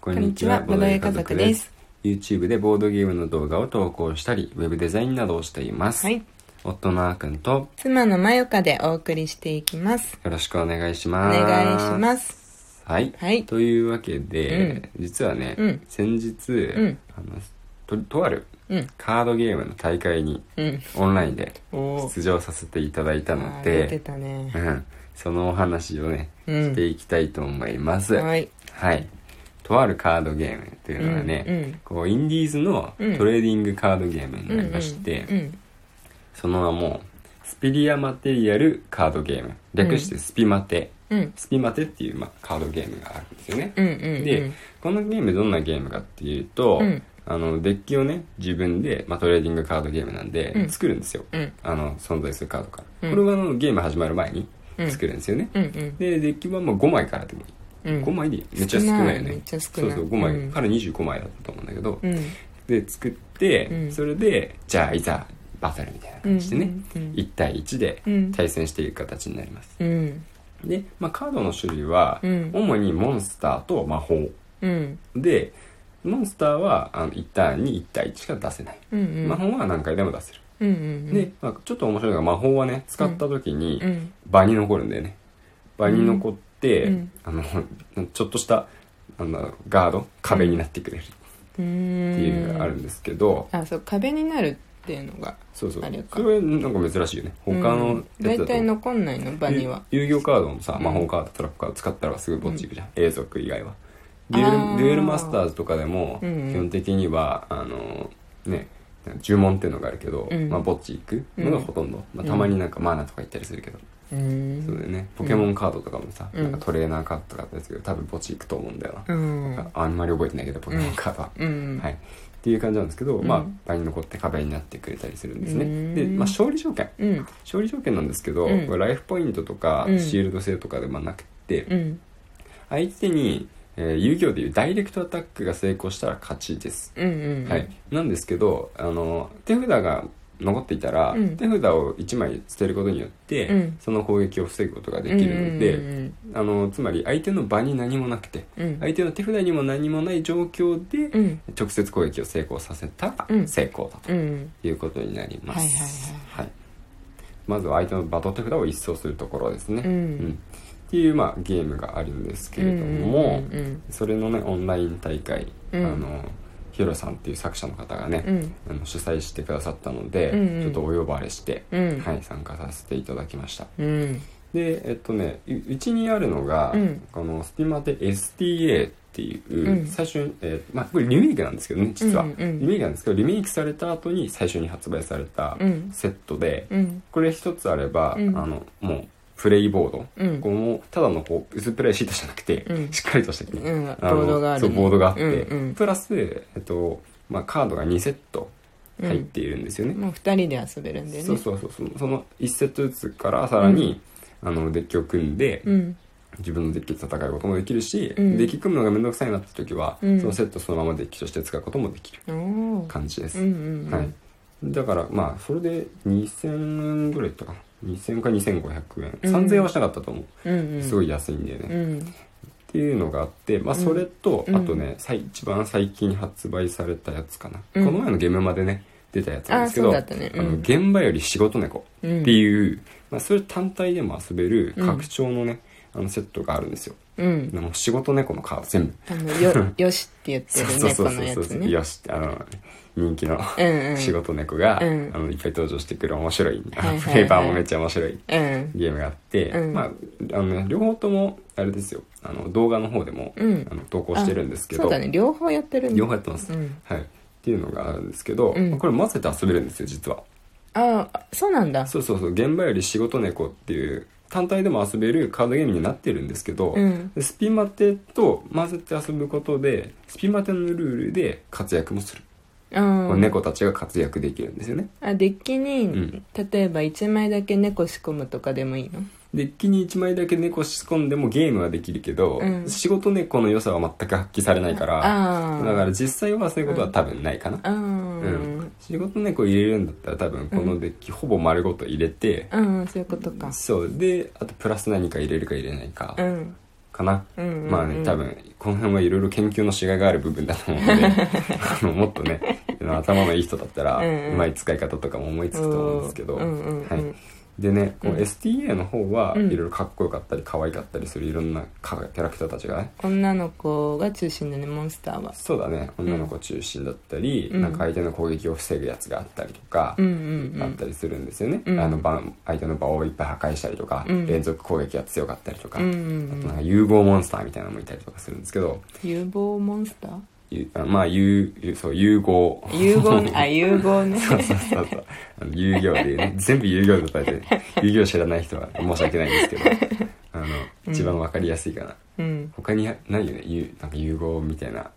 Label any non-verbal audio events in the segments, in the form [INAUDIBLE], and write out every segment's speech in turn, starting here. ここんにちは、ボドゲ家族で。す。 YouTube でボードゲームの動画を投稿したり、ウェブデザインなどをしています。はい。夫のあーくんと、妻のまよかでお送りしていきます。よろしくお願いしおます。願いします。す。はい。はいというわけで、実はね、うん先日、んあのと、とあるうん。カードゲームの大会にうん。オンラインでお出場させていただいたの出で、てたねう。ん、そのお話をね、うんしていきたいと思います。はい。はい。とあるカードゲームというのはね、うんうんこうインディーズのトレーディングカードゲームにうなんりまして、うん。その名もスピリアマテリアルカードゲーム略してスピマテ、うん。スピマテっていう、まあ、カードゲームがあるんですよね、うん。うん。でこのゲームどんなゲームかっていうと、うんあのデッキをね自分で、まあ、トレーディングカードゲームなんで、うん作るんですよ、うん。あの存在するカードから、うんこれはあのゲーム始まる前にうん作るんですよね、うん。うん。でデッキはもう5枚からでもいいうん。 5枚でいいめっちゃ少ないよねめっちゃ少ないそうそう5枚、うんから25枚だったと思うんだけど、うん。で作って、うんそれでじゃあいざバトルみたいな感じでね、うんうんうん1対1でうん対戦していく形になります、うん。で、まあ、カードの種類は、うん主にモンスターと魔法うん。でモンスターはあの1ターンに1対1しか出せない、うん。うん。魔法は何回でも出せる、うん。うん。で、まあ、ちょっと面白いのが魔法はね使った時にうん。場に残るんだよね場に残って、うんあのちょっとしたあのガード壁になってくれるうっていうのがあるんですけど、あ、そう、壁になるっていうのが。そうそうあれかそれなんか珍しいよね他のだといたい残んないの、場には。遊遊戯王カードもさ魔法カードトラップカード使ったらすぐぼっち行くじゃん、永続以外はデあュエールデュエルマスターズとかでも基うんうん本的には、あのね呪文っていうのがあるけど、うんまあ、ぼっち行くのがほとんど、まあ、うんたまになんかマナとか行ったりするけど、うん。そうだよねポケモンカードとかもさ、うんなんかトレーナーカードとかあったりするけど多分ぼっち行くと思うんだよな、うん。あんまり覚えてないけどポケモンカードは、うん。はい、っていう感じなんですけど、んまあ場に残って壁になってくれたりするんですね、うんで、まあ、勝利条件うん。勝利条件なんですけど、うんこれライフポイントとかうんシールド制とかではなくて、うん。相手に、えー遊戯王でいうダイレクトアタックが成功したら勝ちです、うんうん。はい。、なんですけどあの手札が残っていたら、うん手札を1枚捨てることによって、うんその攻撃を防ぐことができるので、うんあのつまり相手の場に何もなくてうん相手の手札にも何もない状況で、うんうん直接攻撃を成功させたうらん成功だうんうんということになります、はいははいいまずは相手のバトル手札を一掃するところですね、うんっていう、まあ、ゲームがあるんですけれども、うんうんそれのねオンライン大会、うんあのヒロさんっていう作者の方がね、うんあの主催してくださったので、うんうんちょっとお呼ばれして、うんはい、参加させていただきましたうんでえっとねううちにあるのが、うんこのスピマで STA っていう、うん最初に、えーまあ、これリメイクなんですけどね実は、うんうんリメイクなんですけどリメイクされた後に最初に発売されたうんセットで、うんこれ一つあれば、うんあのもうプレイボード、うんこのただのこう薄っぺらいシートじゃなくて、うんしっかりとした、うあんのボードがあるそうボードがあって、うんうんプラス、えっとまあ、カードが2セット入っているんですよね、もう二人で遊べるんでねそうそうそうそうその1セットずつからさらに、あのデッキを組んで、うん自分のデッキで戦うこともできるし、うんデッキ組むのがめんどくさいなって時は、うんそのセットそのままデッキとして使うこともできるおお感じです、うんうんうんはい、だからまあそれで2000円ぐらいとかな2000か2500円うん3000円はしなかったと思う、うんうんすごい安いんだよね、うっんていうのがあって、まあ、それと、うんあとねさい一番最近発売されたやつかな、うんこの前のゲームまでね出たやつなんですけあどそうだったねうんあの現場より仕事猫っていう、まあ、それ単体でも遊べる拡張のね、あのセットがあるんですようんでも仕事猫のカード全部あのよよしって言っ [LAUGHS] てそうるそう猫そうのやそうつそう、ねよしあの人気のうんうん仕事猫が、うんあのいっぱい登場してくる面白い、はいはいはいフレーバーもめっちゃ面白いうんゲームがあって、うんまああの、ね、両方ともあれですよあの動画の方でも、うんあの投稿してるんですけどそうだね両方やってるん両だ方やってます、うんはいっていうのがあるんですけど、うんこれ混ぜて遊べるんですよ実はああそうなんだそうそうそう現場より仕事猫っていう単体でも遊べるカードゲームになってるんですけど、うんでスピマテと混ぜて遊ぶことでスピマテのルールで活躍もする、うんこの猫たちが活躍できるんですよねあデッキに、ん例えば1枚だけ猫仕込むとかでもいいのデッキに1枚だけ猫仕込んでもゲームはできるけど、うん仕事猫の良さは全く発揮されないからああだから実際はそういうことは多分ないかな、ああううんん、仕事猫入れるんだったら多分このデッキほぼ丸ごと入れて、うん、そういうことかそうであとプラス何か入れるか入れないかうんかな、うんうんうんまあね多分この辺はいろいろ研究のしがいがある部分だと思うの [LAUGHS] であのもっとね頭のいい人だったらうんうんうまい使い方とかも思いつくと思うんですけど、うんうんうんはい、でねこの STA の方はうんいろいろかっこよかったり可愛かったりするいろんなかキャラクターたちがね女の子が中心だねモンスターはそうだね女の子中心だったり、うんなんか相手の攻撃を防ぐやつがあったりとか、うんうんうあっんたりするんですよね、うんあの場相手の場をいっぱい破壊したりとか、うん連続攻撃が強かったりとか、うんうあんとうなんんか融合モンスターみたいなのもいたりとかするんですけど有望モンス [LAUGHS] ターゆあまあ融融そう融合 [LAUGHS] 融合ねあ融合 [LAUGHS] ねそうそうそうそうあの遊業でいうね全部遊業で答えて遊業知らない人は申し訳ないんですけどあの一番わかりやすいかな、 [LAUGHS] うん他にないよねゆなんか融合みたいな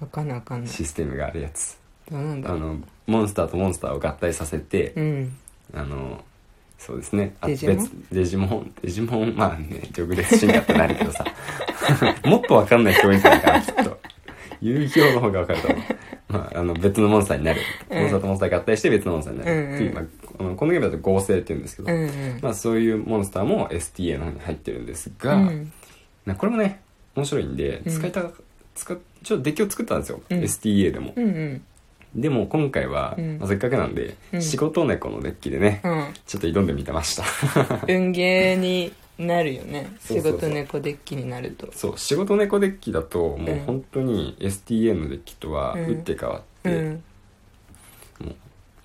分かんない分かんないシステムがあるやつどうなんだあろうのモンスターとモンスターを合体させて、うんあのそうですねあデジモン別デジモンデジモンまあね独立進化ってなるけどさ [LAUGHS] もっとわかんない人多いからかなきっと遊戯王の方がわかると思う、まあ、あの別のモンスターになる、うんモンスターとモンスターが合体して別のモンスターになる、うんうんっていうまあこのこのゲームだと合成って言うんですけど、うんうんまあ、そういうモンスターも STA の方に入ってるんですが、うんなこれもね面白いんでうん使いた、使っちょっとデッキを作ったんですよ、うん STA でも、うんうんでも今回は、うんまあ、せっかくなんで、うん仕事猫のデッキでね、うんちょっと挑んでみてました。 [LAUGHS] 運ゲーになるよねそう仕そうそう事猫デッキになるとそう、仕事猫デッキだと、もう本当に STA のデッキとはうん打って変わっうて、ん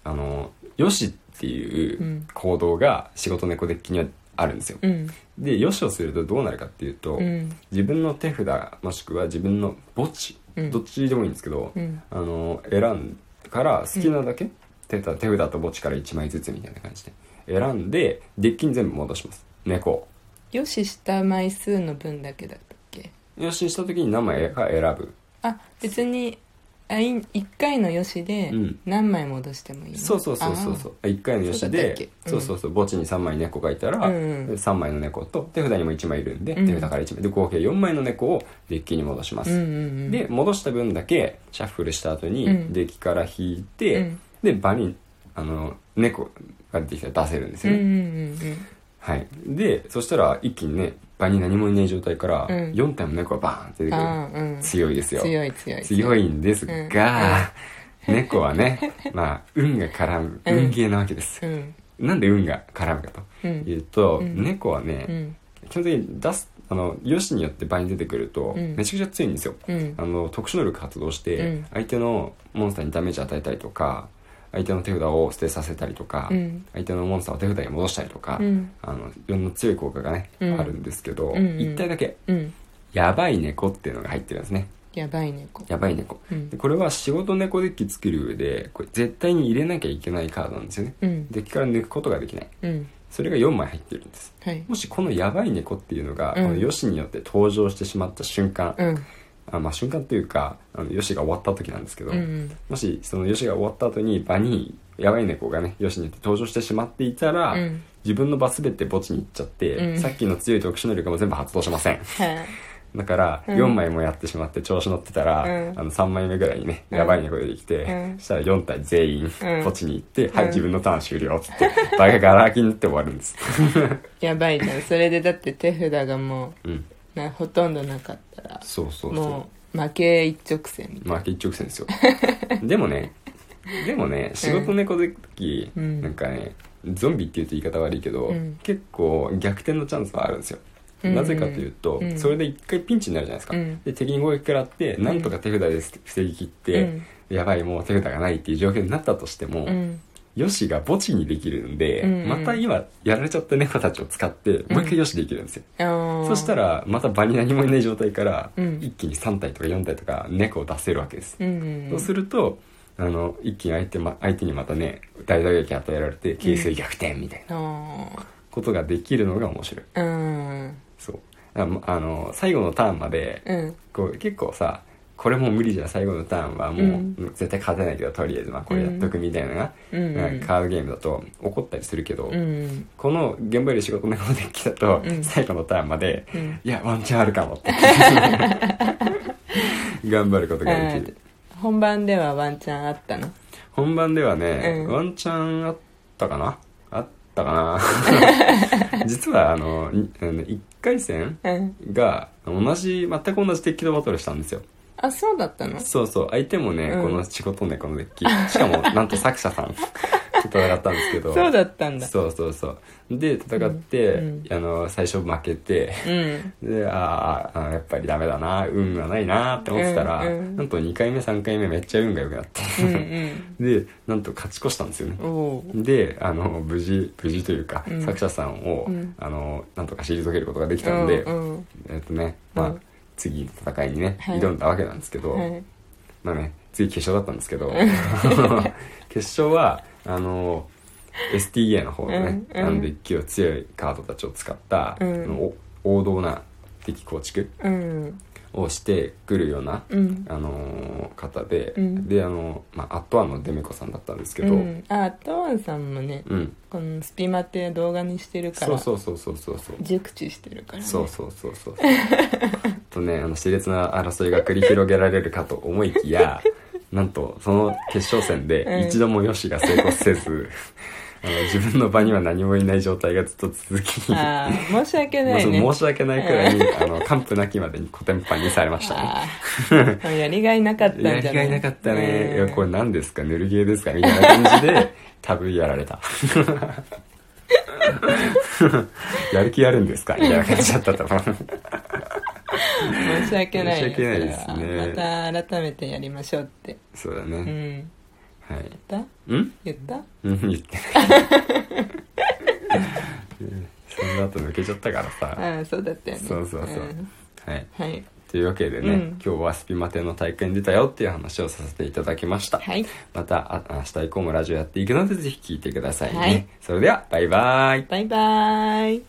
あの、よしっていうんう行動が仕事猫デッキにはあるんですよ。うんで、よしをするとどうなるかっていうと、うん自分の手札もしくは自分の墓地、うんどっちでもいいんですけど、うんあの、選んから好きなだけ、手札手札と墓地から1枚ずつみたいな感じで選んでデッキに全部戻します猫をよしした枚数の分だけだったっけよしした時に何枚か選ぶあ別にあい1回のよしでうん何枚戻してもいいのそうそうそうそうそう1回のよしそうだったっけでうんそうそうそう墓地に3枚猫がいたらうんうん3枚の猫と手札にも1枚いるんでうん手札から1枚で合計4枚の猫をデッキに戻しまあーうんすうんうんで戻した分だけシャッフルした後にうんデッキから引いうてんで場にあの猫が出てきたら出せるんですうんようんねうんはいでそしたら一気にね場に何もいない状態からうん4体も猫がバーンって出うんてくあーうんる強いですよ強い強い強いんですが、猫は [LAUGHS] ね、まあ、運が絡む、うん運ゲーなわけです。うんなんで運が絡むかうといんうと、うん猫はうね、ん基本的に出す、あの、よしによって場に出てくると、うんめちゃくちゃ強いんですよ。うんあの、特殊能力発動しうてん、相手のモンスターにダメージ与えたりとか、相手の手札を捨てさせたりとか、うん相手のモンスターを手札に戻したりとか、うんあの、いろんな強い効果がね、うんあるんですけど、うんうん一体だけ、うんやばい猫っていうのが入ってるんですね。やばい猫やばい猫。うんでこれは仕事猫デッキ作る上でこれ絶対に入れなきゃいけないカードなんですよねうんデッキから抜くことができないうんそれが4枚入ってるんですはいもしこのやばい猫っていうのが、うんあのヨシによって登場してしまった瞬間、うんあまあ瞬間というかあのヨシが終わった時なんですけど、うんうんもしそのヨシが終わった後に場にやばい猫がねヨシによって登場してしまっていたら、うん自分の場全て墓地に行っちゃって、うんさっきの強い特殊能力も全部発動しませんはいだから、うん4枚もやってしまって調子乗ってたら、うんあの3枚目ぐらいにね、うんやばい猫出てきて、うんそしたら4体全員、うんこっちに行って、はうい、ん自分のターン終了っつって、 [LAUGHS] 場がガラ空きになって終わるんです。やばいじゃんそれでだって手札がもうん。うなほとんどなかったらそうそうそもう負け一直線みたう。まあ、結直線ですよ。 [LAUGHS] でもね、でもね、仕事猫デッキ、うんなんかね、ゾンビって言うと言い方悪いけど、うん結構逆転のチャンスはあるんですよ。うんなぜかというと、うんそれで一回ピンチになるじゃないですか。うんで、敵に攻撃食らって、なんとか手札で防ぎ切って、うんやばいもう手札がないっていう状況になったとしても、いなうんよしが墓地にできるんで、うんうんまた今やられちゃった猫たちを使ってもう一回よしできるんですよ、そしたららまた場に何もいない状態からうん一気に3体とか4体とか猫を出せるわけです、うんそうするとあの一気に相手,、ま、相手にまたね大打撃与えられて形勢逆転みたいなあことができるのが面白いーうんそうあまあの最後のターンまでうんこう結構さこれもう無理じゃん最後のターンはもう、うん絶対勝てないけどとりあえずまあこれやっとくみたいなのが、うんなんかカードゲームだと怒ったりするけど、うんこの現場より仕事の方で来たと、うん最後のターンまで、うんいやワンチャンあるかもって [LAUGHS] 頑張ることができる本番ではワンチャンあったの本番ではね、うんワンチャンあ [LAUGHS] ったかなあったかな実はあのいあの一回戦うん。が同じ全く同じ鉄器とバトルしたんですよあ、そうだったのそうそう相手もね、うんこの仕事ねこのデッキし [LAUGHS] かもなんと作者さんと戦ったんですけどそうだったんだ。そうそうそうで戦って、うんあの最初負けてうん。であーあーやっぱりダメだな運がないなって思ってたら、うんうんなんと2回目3回目めっちゃ運が良くなってうんでなんと勝ち越したんですよねうん。おーであの無事無事というか、うん作者さんを、うんあのなんとか退けることができうたのんで、うん。えっとねまあ、うん次の戦いにね、はい挑んだわけなんですけど、はい。まあね次決勝だったんですけど [LAUGHS] 決勝はあの STA の方のね、うんうんあのデッキを強いカードたちを使った、うんあのお王道なデッキ構築うん。をしてくるような、うん。あのー方で、うんであの、まあ、アットワンのデメコさんだったんですけうど、ん、あ、トワンさんもね、うん、このスピマって動画にしてるから、そうそうそうそうそうそう熟知してるから、ね。そうそうそうそうとねあの熾烈な争いが繰り広げられるかと思いき [LAUGHS] やなんとその決勝戦うでん一度もヨシが成功せ [LAUGHS] ず、あの自分の場には何もいない状態がずっと続き、ああ、申し訳まなあい [LAUGHS] そね。の申し訳ないくらい、あの完膚なきまでにコテンパンにされましたねああ、 [LAUGHS] やりがいなかったんじゃなやいりがいなかったね、いうんやこれ何ですかぬるゲーですかみたいな感じ [LAUGHS] でタブーやられた [LAUGHS] やる気あるんですかみたいな感じだったと思う申し訳ないね。申し訳ないですねそれはまた改めてやりましょうって。そうだうね、ん。はい言っうん [LAUGHS] た言ったうん言ってないうんその後抜けちゃったからさああ、そうだったよね。そうそうそうんはいはい。というわけでね、うん今日はスピマテの大会に出たよっていう話をさせていただきました、はい。またあ明日以降もラジオやっていくのでぜひ聞いてくださいね、はいそれではバイバイバイバーイ。